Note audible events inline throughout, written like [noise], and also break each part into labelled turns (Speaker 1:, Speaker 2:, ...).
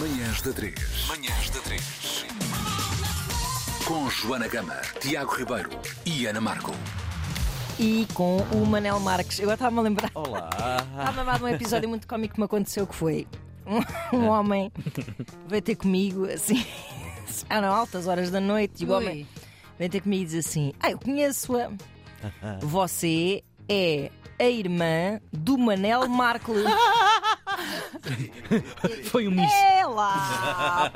Speaker 1: Manhãs da 3. Manhãs da 3. Com Joana Gama, Tiago Ribeiro e Ana Marco.
Speaker 2: e com o Manel Marques. Eu agora estava-me a lembrar.
Speaker 3: Olá!
Speaker 2: Estava-me a lembrar de um episódio muito cómico que me aconteceu que foi um, um homem veio ter comigo assim. [laughs] Eram altas horas da noite e o homem veio ter comigo e diz assim: Ah, eu conheço-a. Você é a irmã do Manel Marques.
Speaker 4: Foi um misto.
Speaker 2: É lá!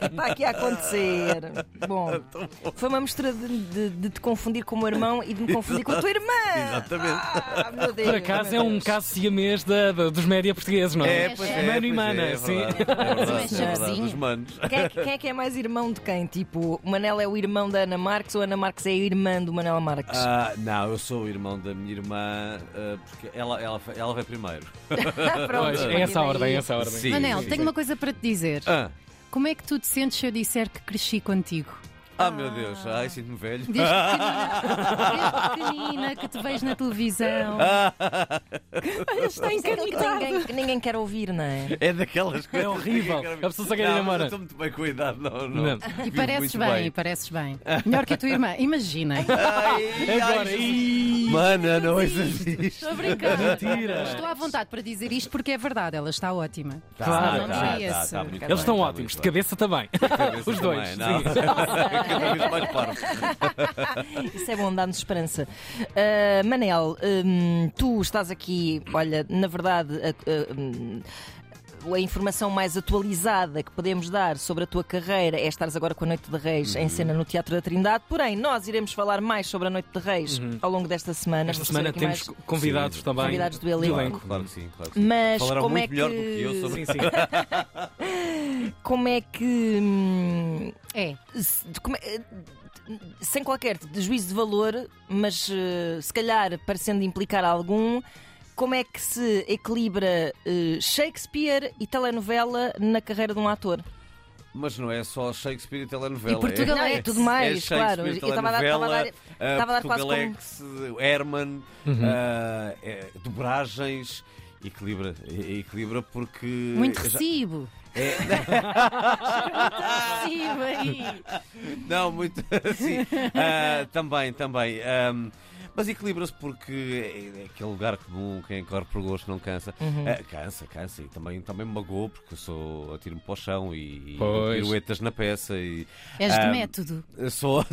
Speaker 2: Está aqui a acontecer. Bom,
Speaker 3: [laughs]
Speaker 2: foi uma mistura de, de- de te confundir com o meu irmão e de me confundir com a tua irmã!
Speaker 3: Exatamente.
Speaker 2: Ah, meu Deus.
Speaker 4: Por acaso é um caso siamês da, da- dos média portugueses, não é?
Speaker 3: É, pois é.
Speaker 4: Mano e
Speaker 3: pois
Speaker 4: mana,
Speaker 3: é, é
Speaker 4: sim.
Speaker 3: [laughs] verdade, É verdade,
Speaker 5: Sim,
Speaker 3: é verdade.
Speaker 5: chavezinho.
Speaker 3: Os manos.
Speaker 2: Quem é, que- quem é que é mais irmão de quem? Tipo, o Manel é o irmão da Ana Marques ou a Ana Marques é a irmã do Manel Marques?
Speaker 3: Ah, não, eu sou o irmão da minha irmã, ah, porque ela, ela, ela vai primeiro.
Speaker 2: [laughs] Pronto,
Speaker 4: Pois, é
Speaker 2: escolhi
Speaker 4: essa a
Speaker 2: daí.
Speaker 4: ordem, é essa a ordem.
Speaker 3: Sim.
Speaker 5: Manel, tenho uma coisa para te dizer.
Speaker 3: Ah,
Speaker 5: Como é que tu te sentes se eu disser que cresci contigo?
Speaker 3: ah, meu Deus, ai, sinto-me velho.
Speaker 5: Desde pequenina, desde pequenina que te vejo na
Speaker 3: [laughs]
Speaker 5: televisão.
Speaker 2: Isto é aquilo que ninguém, que ninguém quer ouvir, não é?
Speaker 3: [laughs] É daquelas coisas.
Speaker 4: horrível.
Speaker 3: que eu quero-
Speaker 4: A pessoa só quer ir
Speaker 3: Não,
Speaker 4: embora.
Speaker 3: mas eu Estou muito bem com a idade, não, não.
Speaker 4: Não.
Speaker 5: E
Speaker 3: Vivo
Speaker 5: pareces
Speaker 3: muito
Speaker 5: bem, pareces bem. Melhor que a tua irmã, imagina.
Speaker 3: Ai,
Speaker 4: Agora,
Speaker 3: ai,
Speaker 4: ih,
Speaker 3: Mana, não ouças isto.
Speaker 5: Estou a brincar.
Speaker 4: Mentira.
Speaker 5: Estou à vontade para dizer isto porque é verdade, ela está ótima.
Speaker 4: Claro.
Speaker 5: Não, não
Speaker 3: Tá,
Speaker 5: é
Speaker 3: tá,
Speaker 5: esse.
Speaker 3: tá muito bem,
Speaker 4: eles estão
Speaker 3: tá muito
Speaker 4: ótimos, de
Speaker 3: bem.
Speaker 4: cabeça também.
Speaker 3: [laughs]
Speaker 4: [laughs]
Speaker 3: Cabeça
Speaker 4: Os dois,
Speaker 3: também, não.
Speaker 4: sim.
Speaker 3: Cada vez mais parvo.
Speaker 2: Isso é bom, dá-nos esperança. Ah, Manel, hum, tu estás aqui, olha, na verdade, a, a- hum, a informação mais atualizada que podemos dar sobre a tua carreira é estares agora com a Noite de Reis
Speaker 3: Uhum.
Speaker 2: em cena no Teatro da Trindade. Porém, nós iremos falar mais sobre a Noite de Reis
Speaker 3: Uhum.
Speaker 2: ao longo desta semana.
Speaker 4: Esta
Speaker 2: Vamos
Speaker 4: semana
Speaker 2: ter aqui mais-
Speaker 4: temos convidados também.
Speaker 2: Convidados do elenco.
Speaker 3: Claro, claro que sim, claro que sim.
Speaker 2: Mas
Speaker 3: Falaram
Speaker 2: como
Speaker 3: muito
Speaker 2: é que
Speaker 3: melhor do que eu sobre
Speaker 4: Sim, sim.
Speaker 2: como é que hum,
Speaker 3: Eh,
Speaker 5: É.
Speaker 2: se- de- como é- sem qualquer tipo de juízo de valor, mas eh, se calhar parecendo implicar algum, como é que se equilibra eh, Shakespeare e telenovela na carreira de um ator?
Speaker 3: Mas não é só Shakespeare e telenovela.
Speaker 5: E Portugal-
Speaker 2: Não, é ah,
Speaker 5: Galete.
Speaker 2: tudo mais,
Speaker 3: é
Speaker 2: claro. Eu estava a dar, estava a dar-
Speaker 3: eh,
Speaker 2: estava a dar quase como.
Speaker 3: Portugalex, é Herman, ah, é, dobragens. Equilibra, e- equilibra porque.
Speaker 5: Muito
Speaker 3: eu já- é-
Speaker 5: recibo. Recibo aí.
Speaker 3: [laughs] Não, muito. [laughs] Sim. Ah, também, também. Ahm, mas equilibra-se porque é é aquele lugar comum, quem corre por gosto não cansa. Ah, cansa, cansa. E também, também me magoou porque eu sou. atiro-me para o chão e, e dou
Speaker 4: Pois.
Speaker 3: piruetas na peça e.
Speaker 5: És de
Speaker 3: Ah,
Speaker 5: método.
Speaker 3: Eu sou. [laughs]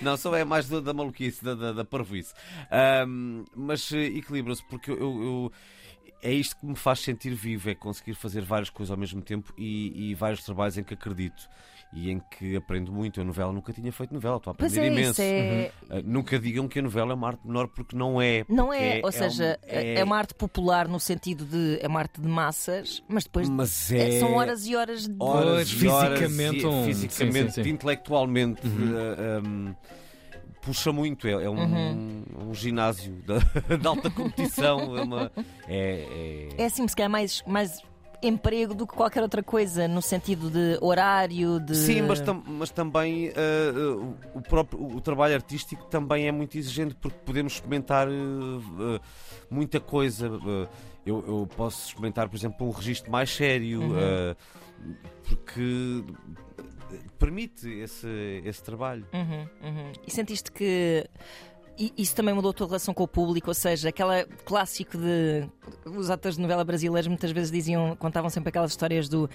Speaker 3: não, não, sou é mais do- da maluquice, da, da, da parvoíce. Ahm, mas eh, equilibra-se, porque eu, eu- eu- É isto que me faz sentir vivo, é conseguir fazer várias coisas ao mesmo tempo e, e vários trabalhos em que acredito e em que aprendo muito. A novela nunca tinha feito novela, estou a aprender
Speaker 2: Pois é,
Speaker 3: imenso.
Speaker 2: isso é.
Speaker 3: Ah, nunca digam que a novela é uma arte menor, porque não é.
Speaker 2: Não
Speaker 3: porque
Speaker 2: é, ou seja,
Speaker 3: um-
Speaker 2: é... uma arte popular no sentido de é uma arte de massas, mas depois
Speaker 3: Mas
Speaker 2: é-
Speaker 3: é.
Speaker 2: são horas e horas de
Speaker 4: Pois,
Speaker 3: horas e horas
Speaker 4: fisicamente
Speaker 3: e-
Speaker 4: um-
Speaker 3: fisicamente,
Speaker 4: sim, Uhum. sim, sim.
Speaker 3: intelectualmente eh, um, puxa muito é, é um,
Speaker 4: Uhum.
Speaker 3: um ginásio da- [laughs] de, alta competição é, uma- é- é-
Speaker 2: É assim, se calhar mais, mais emprego do que qualquer outra coisa, no sentido de horário, de.
Speaker 3: Sim, mas, tam- mas também eh, eh, o próprio o trabalho artístico também é muito exigente porque podemos experimentar eh, eh, muita coisa. Eh, eu, eu posso experimentar, por exemplo, um registro mais sério
Speaker 4: Uhum.
Speaker 3: eh, porque permite esse, esse trabalho.
Speaker 2: Uhum, uhum. E sentiste que i- isso também mudou a tua relação com o público, ou seja, aquela clássico de os atores de novela brasileiros muitas vezes diziam, contavam sempre aquelas histórias do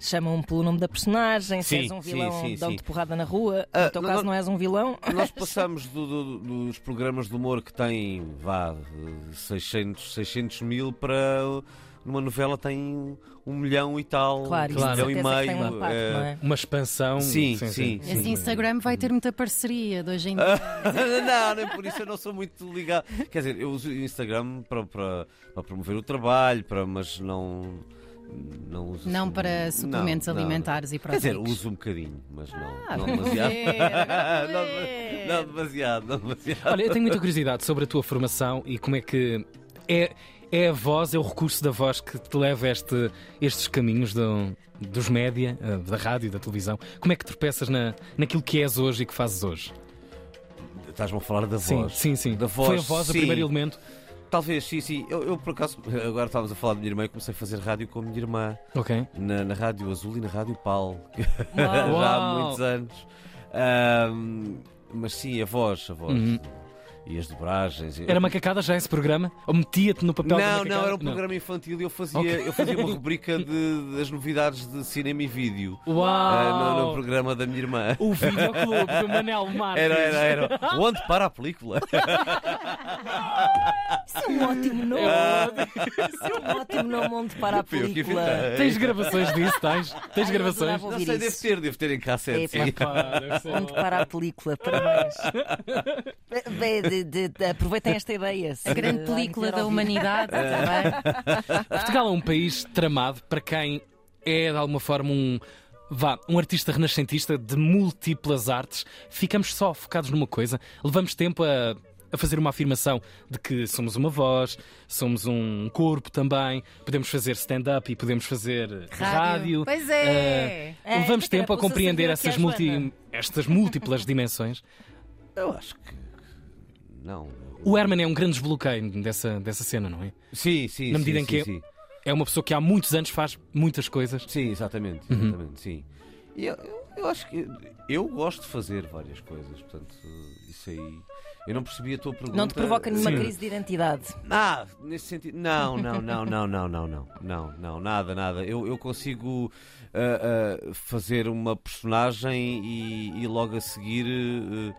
Speaker 2: chamam-me pelo nome da personagem, se
Speaker 3: Sim,
Speaker 2: és um
Speaker 3: sim,
Speaker 2: vilão,
Speaker 3: sim,
Speaker 2: dão-te
Speaker 3: sim.
Speaker 2: porrada na rua,
Speaker 3: Ah,
Speaker 2: no teu
Speaker 3: não-
Speaker 2: caso
Speaker 3: não-
Speaker 2: não és um vilão.
Speaker 3: Nós passamos do- do- dos programas de humor que têm, vá, eh, 600, 600 mil para. eh, numa novela tem um milhão e tal,
Speaker 2: Claro,
Speaker 3: um
Speaker 2: isso de
Speaker 3: milhão e
Speaker 2: certeza que
Speaker 3: meio.
Speaker 2: tem um impacto,
Speaker 3: eh, [laughs]
Speaker 2: não é?
Speaker 4: [laughs] Uma expansão.
Speaker 3: Sim, sim. Ah,
Speaker 5: Esse Instagram vai ter muita parceria de hoje em dia.
Speaker 3: [laughs] não, nem por isso eu não sou muito ligado. Quer dizer, eu uso o Instagram para, para, para promover o trabalho, para, mas não. Não uso.
Speaker 5: Não
Speaker 3: assim-
Speaker 5: para suplementos
Speaker 3: não, não.
Speaker 5: alimentares e
Speaker 3: Quer dizer,
Speaker 5: proteicos.
Speaker 3: uso um bocadinho, mas não,
Speaker 5: Ah,
Speaker 3: não
Speaker 5: vamos
Speaker 3: demasiado.
Speaker 5: ver, agora
Speaker 3: [laughs] não,
Speaker 5: vamos ver.
Speaker 3: não demasiado, não demasiado.
Speaker 4: Olha, eu tenho muita curiosidade sobre a tua formação e como é que. É, é a voz, é o recurso da voz que te leva a este, estes caminhos do- dos média, eh, da rádio, da televisão. Como é que tropeças na, naquilo que és hoje e que fazes hoje?
Speaker 3: Estás-me a falar da
Speaker 4: Sim,
Speaker 3: voz.
Speaker 4: sim, sim.
Speaker 3: Da
Speaker 4: Foi a
Speaker 3: voz,
Speaker 4: voz o
Speaker 3: sim.
Speaker 4: primeiro elemento.
Speaker 3: Talvez, sim, sim. Eu, eu, por acaso, agora estávamos a falar de minha irmã, eu comecei a fazer rádio com a minha irmã
Speaker 4: Ok.
Speaker 3: na, na Rádio Azul e na Rádio Pal,
Speaker 4: Uau.
Speaker 3: [laughs] já há muitos anos. Ahm, mas sim, a voz, a voz.
Speaker 4: Uhum.
Speaker 3: E as dobragens.
Speaker 4: Era macacada já esse programa? Ou metia-te no papel da
Speaker 3: Não,
Speaker 4: macacada?
Speaker 3: não, era um programa infantil e eu fazia,
Speaker 4: Ok.
Speaker 3: eu fazia uma
Speaker 4: [laughs]
Speaker 3: rubrica de, das novidades de cinema e vídeo
Speaker 4: Uau!
Speaker 3: ah, no, no programa da minha irmã.
Speaker 4: O videoclube do Manel Marques.
Speaker 3: Era, era,
Speaker 4: [laughs]
Speaker 3: era. Onde para a película?
Speaker 2: Isso é um ótimo nome. Isso é um ótimo nome onde para a
Speaker 3: Fui Ah. eu que
Speaker 2: película.
Speaker 3: inventei.
Speaker 4: Tens gravações disso? Tens? Tens
Speaker 2: Ai, eu
Speaker 4: gravações?
Speaker 2: adorava
Speaker 3: Não
Speaker 2: ouvir
Speaker 3: sei, deve
Speaker 2: isso.
Speaker 3: ter, deve ter em cassete.
Speaker 2: Epá.
Speaker 3: sim.
Speaker 4: Pá, deve ser
Speaker 2: Onde para a película, parabéns. Bem, de- de- de- aproveitem esta ideia. se-
Speaker 5: A [laughs] grande película da humanidade, está bem?
Speaker 4: Portugal é um país tramado para quem é de alguma forma um vá, um artista renascentista de múltiplas artes. Ficamos só focados numa coisa, levamos tempo a a fazer uma afirmação de que somos uma voz, somos um corpo também, podemos fazer stand-up e podemos fazer rádio. Ah,
Speaker 5: Pois é.
Speaker 2: É,
Speaker 4: Levamos
Speaker 2: porque
Speaker 4: tempo a
Speaker 2: a Pulsa
Speaker 4: compreender
Speaker 2: sabia o que
Speaker 4: essas
Speaker 2: é,
Speaker 4: multi-
Speaker 2: Joana.
Speaker 4: estas múltiplas [laughs] dimensões.
Speaker 3: Eu acho que. Não.
Speaker 4: O Herman é um grande desbloqueio dessa, dessa cena, não é?
Speaker 3: Sim, sim.
Speaker 4: Na
Speaker 3: sim,
Speaker 4: medida em
Speaker 3: sim,
Speaker 4: que-
Speaker 3: Sim,
Speaker 4: É uma pessoa que há muitos anos faz muitas coisas.
Speaker 3: Sim, exatamente. Exatamente, sim. E eu, eu- eu acho que. Eu gosto de fazer várias coisas, portanto, isso aí. Eu não percebi a tua pergunta.
Speaker 2: Não te provoca nenhuma
Speaker 4: Sim.
Speaker 2: crise de identidade.
Speaker 3: Ah, nesse sentido. Não, não, não, não, não, não, não, não, não, nada, nada. Eu, eu consigo ah, ah, fazer uma personagem e, e logo a seguir ah,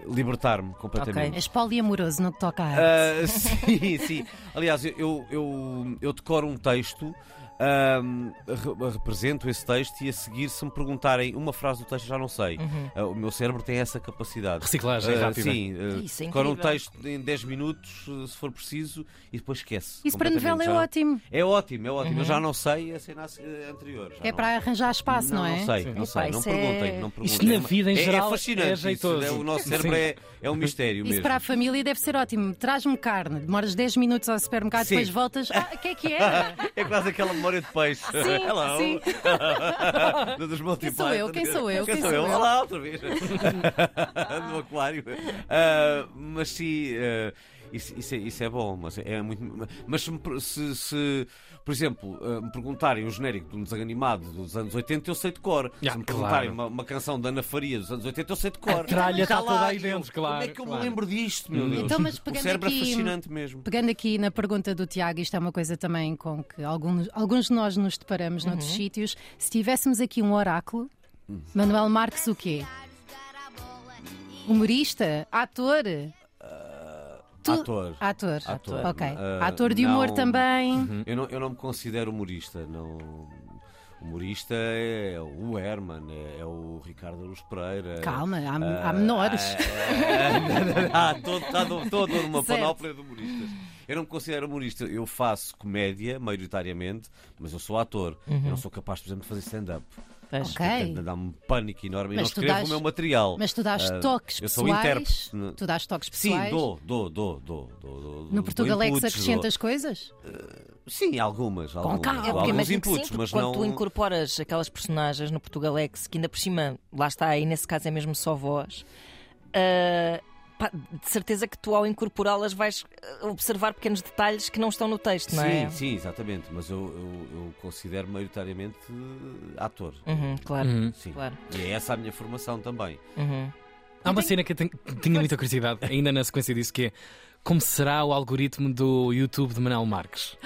Speaker 3: ah, libertar-me completamente.
Speaker 5: És poliamoroso É no que toca à arte.
Speaker 3: Ah, [laughs] sim, sim. Aliás, eu- eu, eu, eu decoro um texto, ahm, re- represento esse texto e a seguir, se me perguntarem uma frase do texto, já não sei.
Speaker 4: Uhum.
Speaker 3: Ah, o meu cérebro tem essa capacidade.
Speaker 4: Reciclagem
Speaker 3: Ah,
Speaker 4: rápida.
Speaker 3: Sim, ah,
Speaker 2: Isso é
Speaker 3: decoro um
Speaker 2: incrível.
Speaker 3: texto em 10 minutos, ah, se for preciso, e depois esquece.
Speaker 5: Isso para novela é
Speaker 3: completamente. Já-
Speaker 5: ótimo.
Speaker 3: É ótimo, é
Speaker 4: Uhum.
Speaker 3: ótimo. Eu já não sei a cena ah, anterior. já
Speaker 5: É
Speaker 3: não-
Speaker 5: para arranjar espaço, não, é?
Speaker 3: Não sei, não
Speaker 2: Epá,
Speaker 3: sei. Não
Speaker 2: isso é-
Speaker 3: perguntem, não perguntem.
Speaker 4: Isto na vida, em
Speaker 3: É-
Speaker 4: geral,
Speaker 3: É fascinante.
Speaker 4: é
Speaker 3: isso,
Speaker 4: jeitoso.
Speaker 3: é- o nosso cérebro
Speaker 4: Sim.
Speaker 3: é, é um mistério
Speaker 5: Isso
Speaker 3: mesmo.
Speaker 5: para a família deve ser ótimo. Traz-me carne, demoras 10 minutos ao supermercado,
Speaker 3: Sim.
Speaker 5: depois voltas. Ah, o que é que
Speaker 3: [laughs]
Speaker 5: era?
Speaker 3: É quase aquela memória de peixe.
Speaker 5: Sim,
Speaker 3: Hello.
Speaker 5: sim.
Speaker 3: [laughs] Dos Monty
Speaker 5: Quem sou eu? Quem sou eu?
Speaker 3: Quem,
Speaker 5: Quem
Speaker 3: sou
Speaker 5: sou
Speaker 3: eu?
Speaker 5: eu?
Speaker 3: Olá, outra vez. [laughs] no aquário. Ah, mas sim, ah, isso, isso é, isso é bom. Mas, é muito, mas se, me per- se- se, por exemplo, ah, me perguntarem o genérico de um desenho animado dos anos 80, eu sei de cor.
Speaker 4: Já,
Speaker 3: se me
Speaker 4: Ah, claro.
Speaker 3: perguntarem uma, uma canção da Ana Faria dos anos 80, eu sei de cor.
Speaker 4: A tralha
Speaker 3: Está
Speaker 4: está toda
Speaker 3: Então, lá,
Speaker 4: aí
Speaker 3: eu,
Speaker 4: dentro,
Speaker 3: Como é
Speaker 4: claro,
Speaker 3: que eu
Speaker 4: claro.
Speaker 3: me lembro disto, meu Deus?
Speaker 5: Então, mas
Speaker 3: o
Speaker 5: pegando
Speaker 3: cérebro
Speaker 5: aqui-
Speaker 3: é fascinante mesmo.
Speaker 5: Pegando aqui na pergunta do Tiago, isto é uma coisa também com que alguns, alguns de nós nos deparamos noutros
Speaker 3: Uhum.
Speaker 5: sítios. Se tivéssemos aqui um oráculo, Manuel Marques, o quê? Humorista? Ator? Tu-
Speaker 3: Ah, Ator.
Speaker 5: Ator.
Speaker 3: Ator.
Speaker 5: Ok.
Speaker 3: Ah,
Speaker 5: Ator de humor
Speaker 3: não. Uhum.
Speaker 5: também.
Speaker 3: Eu não, eu não me considero humorista. Não... Humorista é o Herman, é, é o Ricardo Luz Pereira.
Speaker 5: Calma, há,
Speaker 3: Ah, é,
Speaker 5: há menores.
Speaker 3: [laughs] Ah, estou todo, todo numa
Speaker 5: Certo.
Speaker 3: panóplia de humoristas. Eu não me considero humorista. Eu faço comédia, maioritariamente, mas eu sou ator. Eu não sou capaz, por exemplo, de fazer stand-up.
Speaker 2: Pois.
Speaker 5: Uhum. Ok.
Speaker 3: Portanto, Dá-me um pânico enorme. e
Speaker 5: Mas
Speaker 3: não
Speaker 5: tu
Speaker 3: escrevo
Speaker 5: dás-
Speaker 3: o meu material.
Speaker 5: Mas tu dás
Speaker 3: Ah,
Speaker 5: toques
Speaker 3: eu sou
Speaker 5: pessoais.
Speaker 3: intérprete. né?
Speaker 5: Tu dás toques pessoais.
Speaker 3: Sim, dou, dou, dou, dou. dou, dou dou
Speaker 5: No é Portugalex
Speaker 3: inputs, dou-
Speaker 5: acrescentas coisas?
Speaker 3: Sim, algumas. algumas
Speaker 5: calma.
Speaker 3: Dou
Speaker 2: É porque
Speaker 3: alguns
Speaker 2: imagino que
Speaker 3: inputs,
Speaker 2: sim, porque
Speaker 3: mas
Speaker 2: quando
Speaker 3: não.
Speaker 2: tu incorporas aquelas personagens no Portugalex, que ainda por cima, lá está, aí nesse caso é mesmo só voz, ah, pá, de certeza que tu ao incorporá-las vais ah, observar pequenos detalhes que não estão no texto, não é?
Speaker 3: Sim, sim, exatamente. Mas eu, eu, eu considero maioritariamente eh, ator.
Speaker 2: Uhum, claro,
Speaker 4: Uhum.
Speaker 3: Sim.
Speaker 2: claro.
Speaker 3: E é essa a minha formação também.
Speaker 2: Uhum.
Speaker 4: Há uma cena que eu tenho- tinha muita curiosidade, ainda na sequência disso, que é como será o algoritmo do YouTube de Manuel Marques?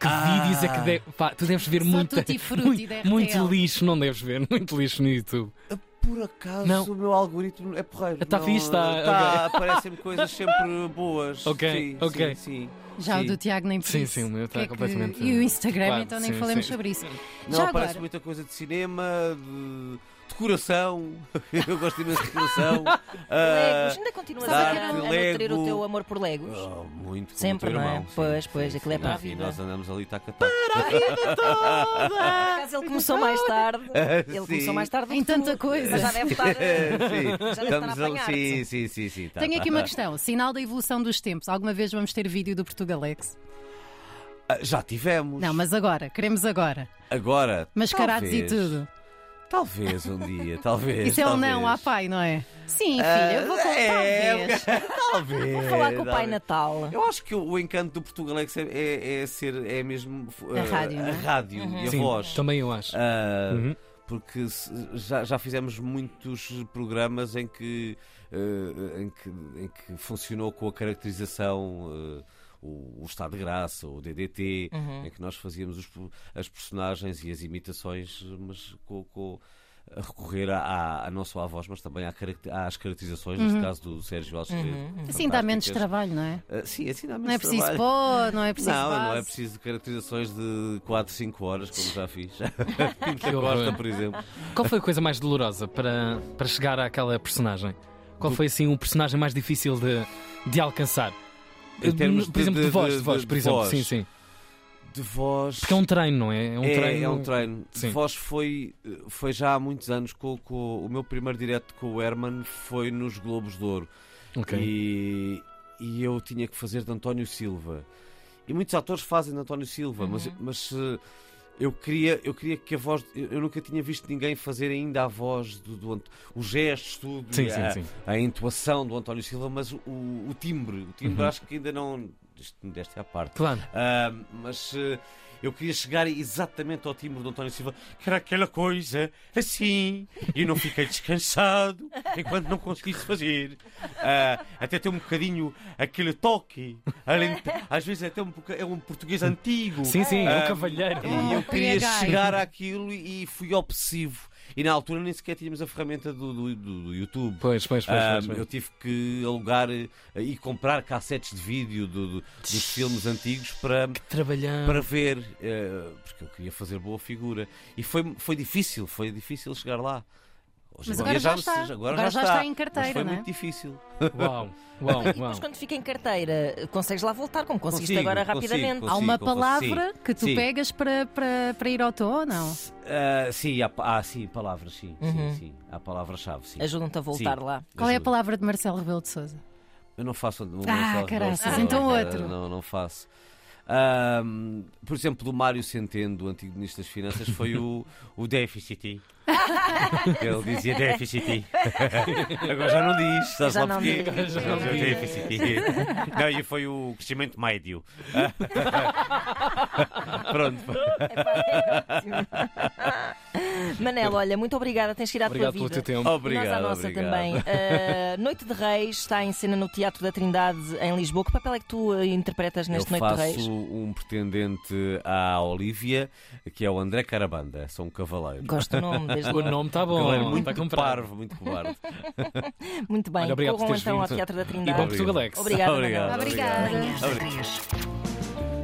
Speaker 4: Que vídeos é que deve. Pá, tu deves ver
Speaker 5: Só
Speaker 4: muita, [laughs]
Speaker 5: tutti frutti
Speaker 4: muito,
Speaker 5: da RTL.
Speaker 4: muito lixo, não deves ver, [laughs] muito lixo no YouTube.
Speaker 3: Por acaso
Speaker 4: Não.
Speaker 3: o meu algoritmo é porreiro.
Speaker 4: Tá
Speaker 3: Não,
Speaker 4: fixe, tá,
Speaker 3: tá, Aparecem-me coisas sempre
Speaker 2: [laughs]
Speaker 3: boas.
Speaker 4: Ok,
Speaker 3: Sim,
Speaker 4: ok.
Speaker 3: Sim, sim.
Speaker 5: Já
Speaker 3: sim.
Speaker 5: o do Tiago nem
Speaker 4: Sim,
Speaker 5: precisa.
Speaker 4: sim, o meu está
Speaker 5: Que é que-
Speaker 4: completamente-
Speaker 5: E o Instagram,
Speaker 4: Claro,
Speaker 5: então nem
Speaker 4: sim,
Speaker 5: falamos
Speaker 4: sim.
Speaker 5: sobre isso.
Speaker 3: Não,
Speaker 5: Já
Speaker 3: aparece
Speaker 5: agora.
Speaker 3: muita coisa de cinema, de decoração. [laughs] eu gosto imenso de decoração. Ah,
Speaker 2: [laughs] Legos, ainda continuas
Speaker 3: dá-te
Speaker 2: a, querer- a nutrir
Speaker 3: Lego.
Speaker 2: o teu amor por Legos?
Speaker 3: Oh, muito como
Speaker 2: Sempre,
Speaker 3: o teu
Speaker 2: não é?
Speaker 3: irmão, sim,
Speaker 2: Pois, pois,
Speaker 3: sim,
Speaker 2: aquilo é
Speaker 3: sim.
Speaker 2: para a
Speaker 3: Sim,
Speaker 2: vida.
Speaker 3: Nós andamos ali tacatá.
Speaker 2: Por acaso ele começou mais tarde.
Speaker 3: [laughs]
Speaker 2: Ele
Speaker 3: Ah, Sim.
Speaker 2: começou mais tarde. do
Speaker 5: Em
Speaker 2: que tu,
Speaker 5: tanta coisa.
Speaker 2: Mas já deve
Speaker 3: [laughs]
Speaker 2: estar.
Speaker 3: sim,
Speaker 2: estar a apanhar-te.
Speaker 3: sim, sim, sim, sim. tá,
Speaker 5: Tenho
Speaker 3: tá,
Speaker 5: aqui uma
Speaker 3: tá.
Speaker 5: questão. Sinal da evolução dos tempos. Alguma vez vamos ter vídeo do Portugalex?
Speaker 3: Ah, Já tivemos.
Speaker 5: Não, mas agora. Queremos agora.
Speaker 3: Agora.
Speaker 5: Mascarados e
Speaker 3: talvez.
Speaker 5: tudo.
Speaker 3: Talvez um dia, talvez.
Speaker 5: Isso é um
Speaker 3: talvez.
Speaker 5: não há pai, não é? Sim,
Speaker 3: Ah,
Speaker 5: filha, eu vou com-
Speaker 3: é,
Speaker 5: talvez.
Speaker 3: talvez.
Speaker 2: Vou falar com o Pai
Speaker 3: talvez.
Speaker 2: Natal.
Speaker 3: Eu acho que o encanto do Portugalex é, é, é ser é mesmo uh,
Speaker 5: A rádio, não é?
Speaker 3: a rádio e a
Speaker 4: Sim,
Speaker 3: voz.
Speaker 4: também eu acho.
Speaker 3: Ah,
Speaker 4: Uhum.
Speaker 3: Porque se- já, já fizemos muitos programas em que, eh, em, que, em que funcionou com a caracterização eh, o, o Estado de Graça, o DDT,
Speaker 5: Uhum.
Speaker 3: em que nós fazíamos os po- as personagens e as imitações, mas com. com- a recorrer à- à, à não só à voz, mas também à caracte- às caracterizações, neste caso do Sérgio Alves
Speaker 5: Uhum.
Speaker 3: é
Speaker 5: Assim dá menos trabalho, não é?
Speaker 3: sim, assim dá menos
Speaker 5: Não é preciso
Speaker 3: trabalho.
Speaker 5: pôr, não é preciso
Speaker 3: Não, não é
Speaker 5: base.
Speaker 3: preciso caracterizações de 4, 5 horas, como já fiz. [laughs]
Speaker 4: Que
Speaker 3: Pinta
Speaker 4: horror.
Speaker 3: Costa, por exemplo.
Speaker 4: Qual foi a coisa mais dolorosa para, para chegar àquela personagem? Qual foi assim o personagem mais difícil de, de alcançar?
Speaker 3: Em termos
Speaker 4: por exemplo, de, voz, de, voz, por exemplo,
Speaker 3: voz.
Speaker 4: sim, sim.
Speaker 3: De voz.
Speaker 4: Porque é um treino, não é? É um
Speaker 3: é,
Speaker 4: treino.
Speaker 3: é um treino. De
Speaker 4: Sim.
Speaker 3: voz foi, foi já há muitos anos. Com, com- o meu primeiro direto com o Herman foi nos Globos de Ouro.
Speaker 4: Ok.
Speaker 3: E, e eu tinha que fazer de António Silva. E muitos atores fazem de António Silva, mas,
Speaker 4: Uhum.
Speaker 3: mas eh, eu queria, eu queria que a voz. Eu eu nunca tinha visto ninguém fazer ainda a voz do, do Ant- os gestos, tudo,
Speaker 4: Sim,
Speaker 3: e
Speaker 4: sim,
Speaker 3: a,
Speaker 4: sim.
Speaker 3: a entoação do António Silva, mas o, o timbre, o
Speaker 4: Uhum.
Speaker 3: timbre acho que ainda não. Isto me deste à parte.
Speaker 4: Claro.
Speaker 3: Ah, mas eh, eu queria chegar exatamente ao timbre do António Silva, que era aquela coisa assim, e não fiquei descansado enquanto não conseguisse fazer. Ah, até ter um bocadinho aquele toque, além de- às vezes até um, boca- é um português antigo.
Speaker 4: Sim, sim, é um
Speaker 3: Ah,
Speaker 4: cavalheiro.
Speaker 3: E eu queria
Speaker 5: PH.
Speaker 3: chegar àquilo e fui obsessivo. E na altura nem sequer tínhamos a ferramenta do, do, do- do YouTube.
Speaker 4: Pois, pois, pois.
Speaker 3: Ah,
Speaker 4: pois, pois.
Speaker 3: Eu tive que alugar eh, e comprar cassetes de vídeo do- do- dos filmes antigos para,
Speaker 4: Trabalhando.
Speaker 3: para ver, eh, porque eu queria fazer boa figura. E foi, foi difícil, foi difícil chegar lá. Hoje
Speaker 5: Mas
Speaker 3: em
Speaker 5: agora
Speaker 3: dia
Speaker 5: já
Speaker 3: me-
Speaker 5: está. Agora já está em carteira,
Speaker 3: Mas foi
Speaker 5: não é?
Speaker 3: muito difícil.
Speaker 4: Uau,
Speaker 2: [laughs]
Speaker 4: uau,
Speaker 2: E
Speaker 4: uau.
Speaker 2: depois, quando fica em carteira, consegues lá voltar, como conseguiste
Speaker 3: Consigo,
Speaker 2: agora
Speaker 3: consigo,
Speaker 2: rapidamente.
Speaker 5: Há uma
Speaker 3: Sim, com-
Speaker 5: palavra que tu
Speaker 3: Sim.
Speaker 5: pegas para, para, para ir ao tom ou não?
Speaker 3: Ah, sim, há, pa- há, sim, palavras, sim, sim, sim. Há palavra-chave, sim. eh,
Speaker 2: Ajudam-te um- a voltar
Speaker 3: Sim. [laughs]
Speaker 2: lá.
Speaker 5: Uhum. Qual é a
Speaker 3: Ajuda.
Speaker 5: palavra de Marcelo Rebelo de Souza?
Speaker 3: Eu não faço. um Não, não
Speaker 5: Ah,
Speaker 3: faço- não
Speaker 5: caraças,
Speaker 3: faço-
Speaker 5: então
Speaker 3: não,
Speaker 5: outro.
Speaker 3: Não, não faço. Ahm, por exemplo, do Mário Centeno, do antigo Ministro das Finanças, foi o, [laughs] o déficit. Ele dizia déficit. [laughs] Agora já não diz, sabes
Speaker 2: Já
Speaker 3: lá
Speaker 2: não
Speaker 3: porquê?
Speaker 2: diz.
Speaker 3: Já não diz o déficit. Não, e foi o crescimento médio. [laughs] Pronto. É
Speaker 2: [laughs] Manel, olha, muito obrigada, tens que ir à
Speaker 4: Obrigado
Speaker 2: é tua
Speaker 4: pelo
Speaker 2: vida.
Speaker 4: teu tempo.
Speaker 3: Obrigado,
Speaker 2: Nós à nossa
Speaker 3: obrigado. [laughs]
Speaker 2: também. Ah, Noite de Reis está em cena no Teatro da Trindade, em Lisboa. Que papel é que tu ah, interpretas
Speaker 3: Eu
Speaker 2: neste Noite de Reis?
Speaker 3: faço um pretendente à Olivia, que é o André Carabanda. Sou um cavaleiro.
Speaker 2: Gosto do nome,
Speaker 3: [laughs]
Speaker 2: tá desde
Speaker 4: O
Speaker 2: logo.
Speaker 4: nome está bom,
Speaker 3: Cavaleiro
Speaker 4: está
Speaker 3: muito
Speaker 4: comprado.
Speaker 3: parvo, muito cobarde.
Speaker 2: Muito bem,
Speaker 4: Olha, obrigado por
Speaker 2: corram
Speaker 4: teres
Speaker 2: então ao
Speaker 4: vindo.
Speaker 2: Teatro da
Speaker 4: E
Speaker 2: Trindade.
Speaker 4: bom Portugal Alex.
Speaker 2: Obrigada,
Speaker 3: Obrigado.
Speaker 2: Manel.
Speaker 5: Obrigada.
Speaker 6: Manhãs da 3.